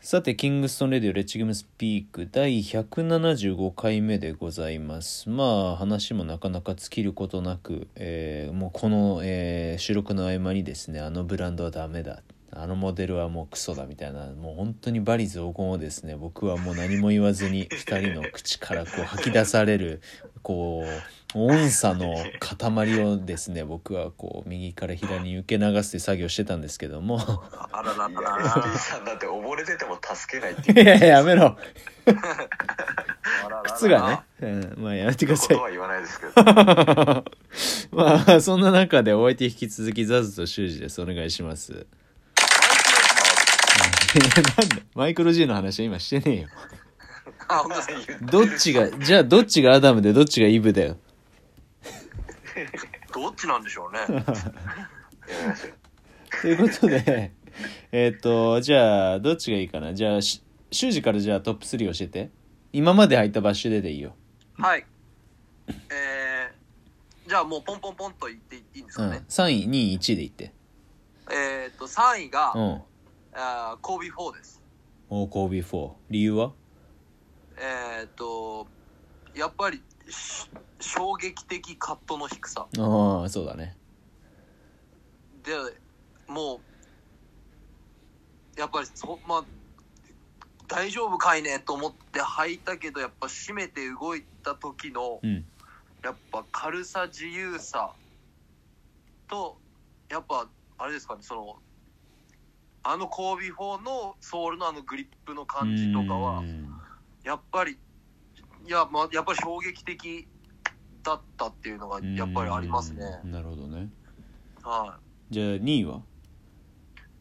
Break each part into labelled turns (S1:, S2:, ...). S1: さて、キングストン・レディオ・レッチグム・スピーク第175回目でございます。まあ、話もなかなか尽きることなく、えーもうこの、えー収録の合間にですね、あのブランドはダメだ。あのモデルはもうクソだみたいな、もう本当にバリ雑言をですね、僕はもう何も言わずに二人の口からこう吐き出される、こう、音差の塊をですね、僕はこう右から左に受け流すという作業をしてたんですけども、
S2: あらら
S3: い
S2: ら
S3: や
S2: ら
S3: SD さんだって溺れてても助けない って
S1: い
S3: いう
S1: やいや、やめろ
S2: あららら
S1: 靴がね、うん、まあやめてくだ
S3: こ
S1: さい
S3: と。は言わないですけど
S1: まあ、そんな中でお相手引き続きザズと修二です。お願いします。なんでマイクロ G の話は今してねえよ。
S2: あ本当ですか
S1: どっちが、じゃあどっちがアダムでどっちがイブだよ。
S2: どっちなんでしょうね
S1: ということで、えっと、じゃあどっちがいいかな。じゃあ、し修二からじゃあトップ3教えて。今まで入ったバッシュデーでいいよ。
S2: はいえー、じゃあもうポンポンポンと言っていいんです
S1: う
S2: か
S1: ん。
S2: ね、
S1: 3位、2位、1位でいって。
S2: えっ、ー、と3位が、
S1: うん。
S2: あーコービー4です
S1: おー、コービー4。理由は
S2: えっ、ー、とやっぱりし衝撃的カットの低さ
S1: ああ、そうだね。
S2: でもうやっぱりそまあ大丈夫かいねと思って履いたけどやっぱ締めて動いた時の
S1: うん。
S2: やっぱ軽さ自由さとやっぱあれですかねそのあのコービー4のソールのあのグリップの感じとかは
S1: うん
S2: やっぱりいや,、まあ、やっぱり衝撃的だったっていうのがやっぱりありますね、
S1: うんなるほどね。
S2: はい
S1: じゃあ2位は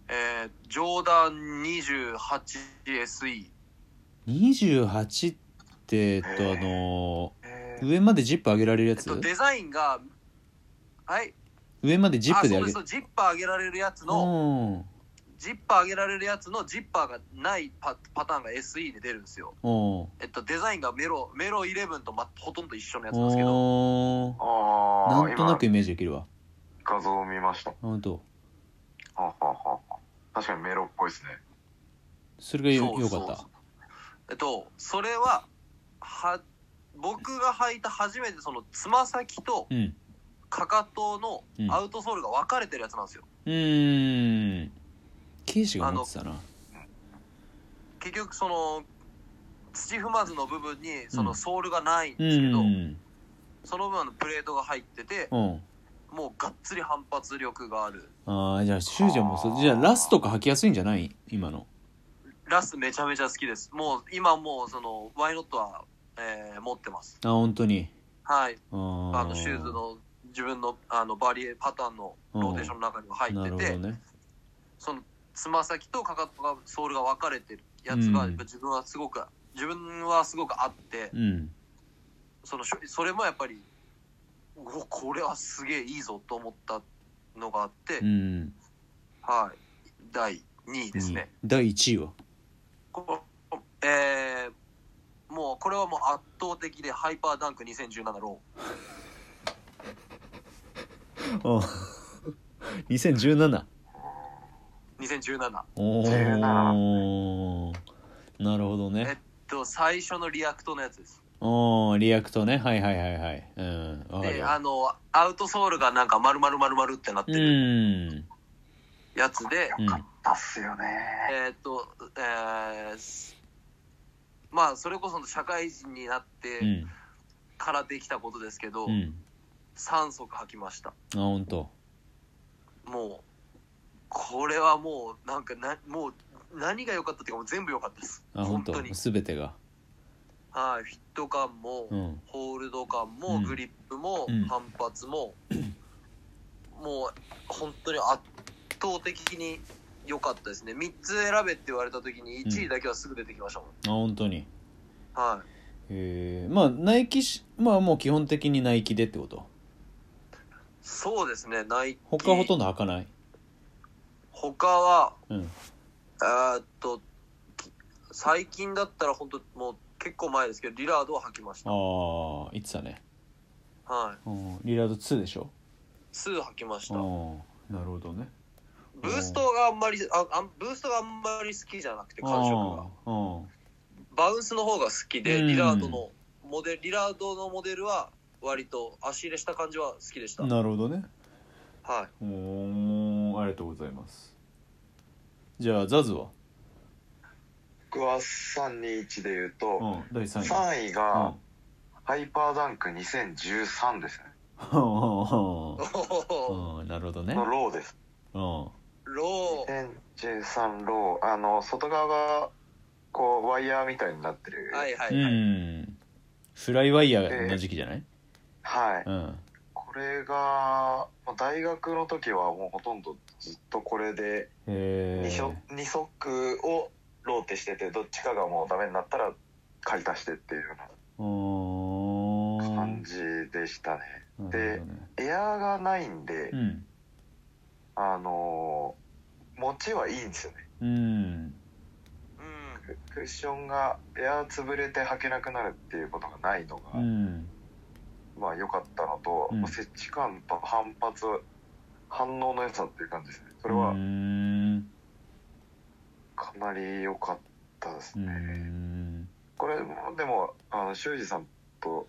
S2: えージョーダン 28SE
S1: 28って、えっと、あのー上までジップ上げられるや
S2: えっ
S1: つ、
S2: と、デザインがはい
S1: 上までジップで
S2: あ
S1: 上
S2: そう
S1: げ
S2: す
S1: る
S2: そうジッパー上げられるやつの、
S1: お
S2: ジッパー上げられるやつのジッパーがないパパターンが SE で出るんですよ。
S1: おお
S2: えっと、デザインがメロ、メロ11と、ま、ほとんど一緒のやつなんですけど、
S1: お
S3: ああ
S1: なんとなくイメージできるわ
S3: 画像を見ました
S1: ほんと
S3: ははは確かにメロっぽいですね
S1: それがよ
S2: そう
S1: よ
S2: そ
S1: か
S2: う
S1: った
S2: えっと、それは、は、僕が履いた初めてそのつま先と
S1: うん
S2: かかとの
S1: うん
S2: アウトソールが分かれてるやつなんですよ。
S1: うーんケイシが持ってたな
S2: 結局その、土踏まずの部分にそうの
S1: ん
S2: ソールがないん
S1: う
S2: ですけど、
S1: ん
S2: その分あのプレートが入ってて、
S1: うん
S2: もうがっつり反発力がある。
S1: ああじゃあシュウジはもうそじゃあラスとか履きやすいんじゃない今の
S2: ラスめちゃめちゃ好きです。もう今もうそのワイノットは、えー持ってます。
S1: あ本当に
S2: はい。
S1: あ
S2: あ
S1: ー
S2: のシューズの自分のあのバリエパターンのローテーションの中にも入
S1: なる
S2: っ
S1: ほ
S2: てて、
S1: どね
S2: そのつま先とかかとがソールが分かれてるやつが
S1: うん
S2: 自分はすごく、自分はすごくあって、
S1: うん
S2: そのしそれもやっぱりうおこれはすげえいいぞと思ったのがあって、
S1: うん
S2: はい第2位ですね。
S1: 第1位は
S2: こえーもうこれはもう圧倒的でハイパーダンク2017ロ
S1: あ2017
S2: ー2017
S1: おおなるほどね
S2: えと最初のリアクトのやつです
S1: おーリアクトねはいはいはいはいうんわかる
S2: で
S1: よ
S2: あのアウトソールがなんか丸々丸々ってなって
S1: う
S2: る
S1: ん
S2: やつで、
S1: うん
S3: だっすよね
S2: えーっとえーすまあそれこそ社会人になっ
S1: う
S2: て
S1: ん
S2: からできたことですけど、
S1: うん
S2: 3足履きました
S1: あ本当
S2: もうこれはもうなんかなもう何が良かったっていうかもう全部良かったです
S1: あ本
S2: 本
S1: 当
S2: 当に
S1: すべてが
S2: はい、フィット感も、
S1: うん
S2: ホールド感
S1: う
S2: も、
S1: ん
S2: グリップも、
S1: うん
S2: 反発も、もう本当に圧倒的に良かったですね。3つ選べって言われた時に
S1: うん
S2: 1位だけはすぐ出てきましたもん。
S1: あ本当に
S2: は
S1: えー、まあナイキしまあもう基本的にナイキでってこと
S2: い、そうですね、ナイキ。
S1: 他ほとんど履かない
S2: 他は、
S1: うん
S2: えーっと、最近だったら本当もう結構前ですけど、リラードを履きました。
S1: ああ言ってたね
S2: はい、
S1: うんリラード2でしょ
S2: 2履きまし
S1: あ
S2: た
S1: あ。なるほどね
S2: ブーストがあんまりああんブーストがあんまり好きじゃなくて感触が
S1: あーあ
S2: バウンスの方が好きで、
S1: うん
S2: リラードのモデルリラードのモデルは割と足入れした感じは好きでした、
S1: ーなるほどね
S2: はい
S1: おーありがとうございますじゃあザズは、
S3: 僕は321で言う
S1: う
S3: と、
S1: ん、第3位
S3: 3位
S1: うん
S3: が、ハイパーダンク2013ですね。
S1: う
S2: おー
S1: んうんなるほどね
S3: のローです。
S1: うん
S2: ロー
S3: 2013ロー。あの、外側が、こう、ワイヤーみたいになってる。
S2: はいは
S1: う
S2: いはい、
S1: んフライワイヤーの時期じゃない、
S3: はい。
S1: うん
S3: これが、まあ大学の時はもうほとんどずっとこれで
S1: へえ
S3: 2足、二足をローテしてて、どっちかがもうダメになったら買い足してっていうよ
S1: お
S3: うな
S1: ー
S3: 感じでしたね。
S1: な
S3: で
S1: るほどね
S3: エアーがないんで、
S1: うん
S3: あのー持ちはいいんですよね。
S1: うん
S2: うん
S3: ククッションがエアー潰れて履けなくなるっていうことがないの
S1: う
S3: が、
S1: ん
S3: まあ良かったのと、
S1: うん
S3: まあ接地感と反発、反応の良さっていう感じですね。それ
S1: う
S3: は
S1: ーん
S3: かなり良かったです
S1: う
S3: ね。
S1: ん
S3: これもでもあの修二さんと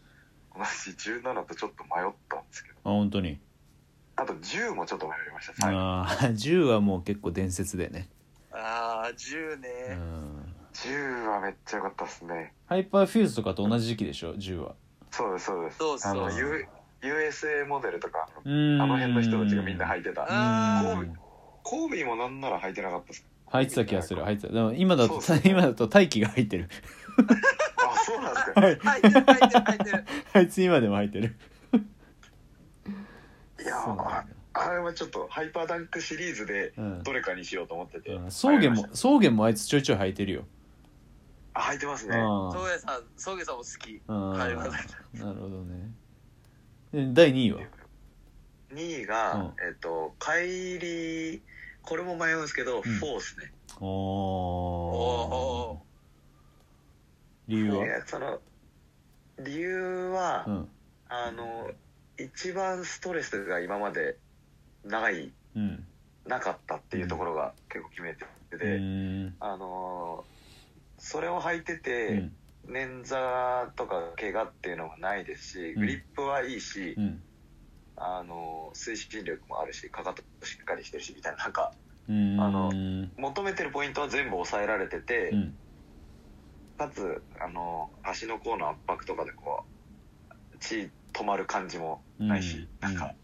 S3: 同じ17とちょっと迷ったんですけど
S1: あ本当に、
S3: あと10もちょっと迷いました、はい、
S1: ああー 銃はもう結構伝説だよね、
S2: ああ10
S1: う
S2: ね、
S1: ん、
S3: 10はめっちゃ良かったですね
S1: ハイパーフューズとかと同じ時期でしょ銃は
S3: そうですそうです
S2: そうそ
S3: あの
S2: うそう
S3: U USA モデルとか
S1: あ
S3: あ
S1: の
S3: の辺の人たちがみんな履いてた
S2: あ
S1: うん
S3: コービーもなんなら履いてなかったです
S1: 入ってた気がする入ってたでも今だと
S3: そうそう
S1: 今だと大輝が入ってる
S3: あそうなんですか
S2: 入ってる入ってる入ってる
S1: あいつ今でも入ってる
S3: いやー
S1: そうなんだ
S3: あれはちょっとハイパーダンクシリーズで
S1: うん
S3: どれかにしようと思ってて、
S1: うん草原
S3: 迷いま
S1: も
S3: した
S1: 草原もあいつちょいちょい履いてるよ
S3: あ履いてますね
S1: あ
S2: 宗谷さん宗谷さんも好き
S1: あうん
S2: はいはい
S1: なるほどねで第2位は
S3: 2位が、
S1: うん
S3: えっ、とカイリーこれも迷うんですけど、4ですね
S1: お
S2: お
S1: お
S2: ー
S1: 理由はい
S3: やその理由は、
S1: うん
S3: あの一番ストレスが今までない
S1: うん
S3: なかったっていうところが結構決めてて、
S1: うーん
S3: あのそれを履いて
S1: う
S3: て、
S1: ん
S3: 捻挫とか怪我っていうのがないですし
S1: うん
S3: グリップはいいし、
S1: うん
S3: あの推進力もあるしかかともしっかりしてるしみたいななんか
S1: うーん
S3: あの
S1: うん
S3: 求めてるポイントは全部抑えられてて、
S1: うん
S3: かつあの足の甲の圧迫とかでこう血止まる感じもないし、
S1: うん
S3: なんか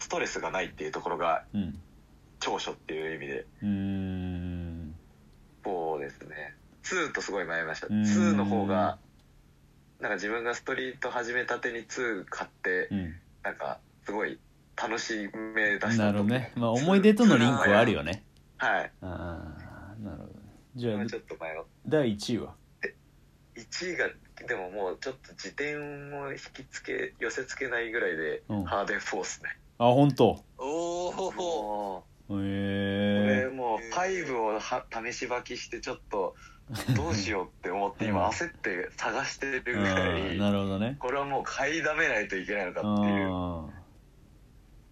S3: ストレスがないっていうところが
S1: うん
S3: 長所っていう意味で
S1: うーん
S3: そうですね2とすごい迷いました
S1: うん
S3: 2の方がなんか自分がストリート始めたてに2買って
S1: うん
S3: なんかすごい楽しめ出した
S1: なるほどね、まあ、思い出とのリンクはあるよね
S3: はい
S1: ああなるほどねじ
S3: こ
S1: ゃ
S3: れ
S1: あ
S3: はちょっと迷う
S1: 第1位は
S3: 1位がでももうちょっと自転を引きつけ寄せつけないぐらいで、
S1: うん
S3: ハーデン4ですね
S1: あ本当
S2: おお
S3: もうこれ
S1: へえ
S3: もう
S2: えー
S3: ファイブをは試し履きしてちょっとどうしようって思って
S1: うん
S3: 今焦って探してるぐらい
S1: なるほどね
S3: これはもう買いだめないといけないのか
S1: あ
S3: っていう
S1: ー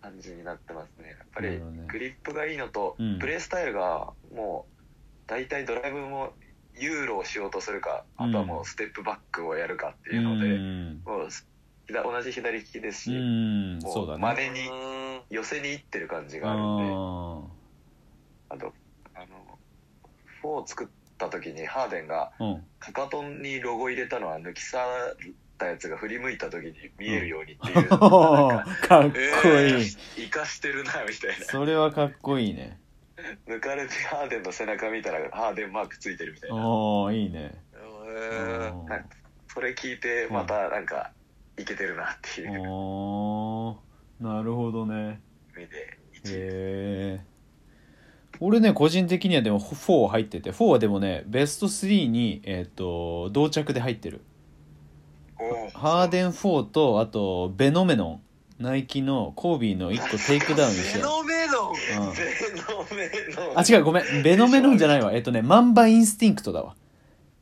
S3: 感じになってますねやっぱ
S1: な
S3: り
S1: るほどね
S3: グリップがいいのと
S1: うん
S3: プレースタイルがもう大体ドライブもユーロをしようとするかあとはもうステップバックをやるかっていうの
S1: う
S3: で
S1: ん
S3: もう左同じ左利きです
S1: う
S3: し
S1: ん
S3: も
S1: そうだ
S3: う
S1: ね
S3: 真似に
S2: ー
S3: 寄せにいってる感じがあるんで。
S1: あ
S3: あと、あの、4を作った時にハーデンが
S1: ーうん
S3: かかとにロゴ入れたのは抜き去ったやつが振り向いた時に見えるようにっていう、なん
S1: か
S3: か
S1: っこいい
S3: 生かしてるなみたい
S1: それはかっこいいね
S3: な抜かれてハーデンの背中見たらハーデンマークついてるみたいな
S1: おおいいね
S2: えー
S3: はいそれ聞いてまたなんかいけてるなっていう
S1: おーなるほどね
S3: 意味で1位
S1: へえ俺ね個人的にはでも4入ってて4はでもねベスト3に、えっと同着で入ってる ハーデン4とあとベノメノンナイキのコービーの1個テイクダウンし
S2: ベ
S1: て
S2: ノベノ
S1: うん
S3: ベノベノ
S1: あ違うごめんベノメノンじゃないわえっとねマンバインスティンクトだわ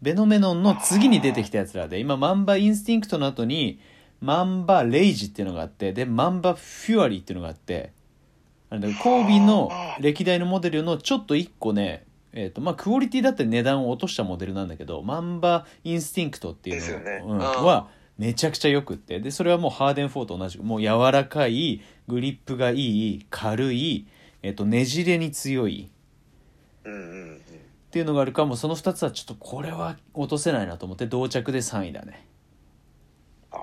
S1: ベノメノンの次に出てきたやつらで今マンバインスティンクトの後にマンバレイジっていうのがあってでマンバフュアリーっていうのがあってあのコービーの歴代のモデルのちょっと一個ね、えーとまあ、クオリティだって値段を落としたモデルなんだけどマンバインスティンクトっていうの
S3: ですよね
S1: うん、
S2: ん
S1: はめちゃくちゃよくってでそれはもうハーデン4と同じくもう柔らかいグリップがいい軽い、えー、とねじれに強い
S3: うんうんうん
S1: っていうのがあるからもうその2つはちょっとこれは落とせないなと思って同着で3位だね、
S3: あ
S1: う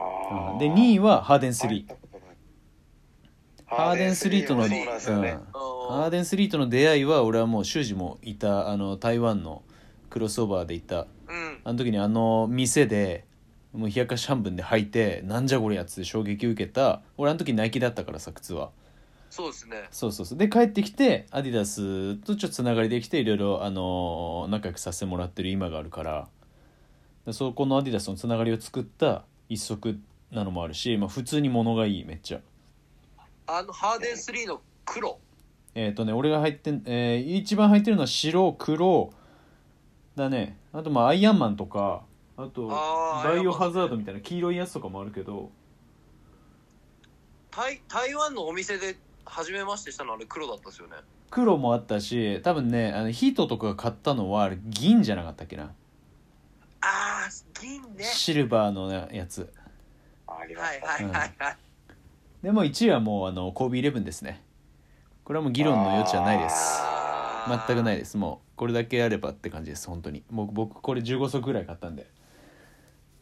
S3: あ
S1: んで2位はハーデン3、
S3: 入ったことない
S1: ハーデンスリーとの
S3: ハデンスリーもそうなんですよね、
S1: ハーデンスリーとの出会いは俺はもう修二もいたあの台湾のクロスオーバーで行った
S2: うん
S1: あの時にあの店でもう冷やかし半分で履いてなんじゃこりゃっつって衝撃を受けた俺あの時ナイキだったからさ靴は
S2: そうですね
S1: そうそうそうで帰ってきてアディダスとちょっとつながりできていろいろあのー仲良くさせてもらってる今があるからでそこのアディダスのつながりを作った一足なのもあるし、まあ、普通に物がいいめっちゃ
S2: あのハーデン3の黒
S1: えっ、とね、俺が入ってん、えー一番入ってるのは白、黒だね。あと、まあ、アイアンマンとか、あと、
S2: あー
S1: バイオハザードみたいな黄色いやつとかもあるけど、
S2: 台台湾のお店で初めましてしたのあれ黒だったですよね
S1: 黒もあったし、多分ね、あのヒートとかが買ったのは、あれ銀じゃなかったっけな。
S2: ああ銀ね
S1: シルバーのねやつ。
S3: あありま
S2: はい
S3: した、
S2: はいはいはい
S1: でも1位はもう、あの、コービーイレブンですね。これはもう議論の余地はないです。
S2: あー
S1: 全くないです。もう、これだけあればって感じです、本当に。もう僕、これ15足ぐらい買ったんで。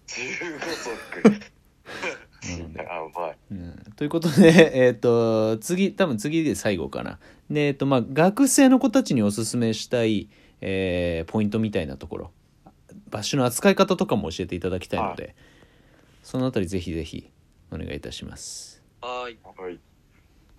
S3: 15
S1: うん
S3: 足あうまい
S1: うんということで、 えっ、と、次、多分次で最後かな。で、えっ、と、まあ、学生の子たちにおすすめしたい、えーポイントみたいなところ、バッシュの扱い方とかも教えていただきたいので、そのあたりぜひぜひお願いいたします。
S2: はい
S3: はい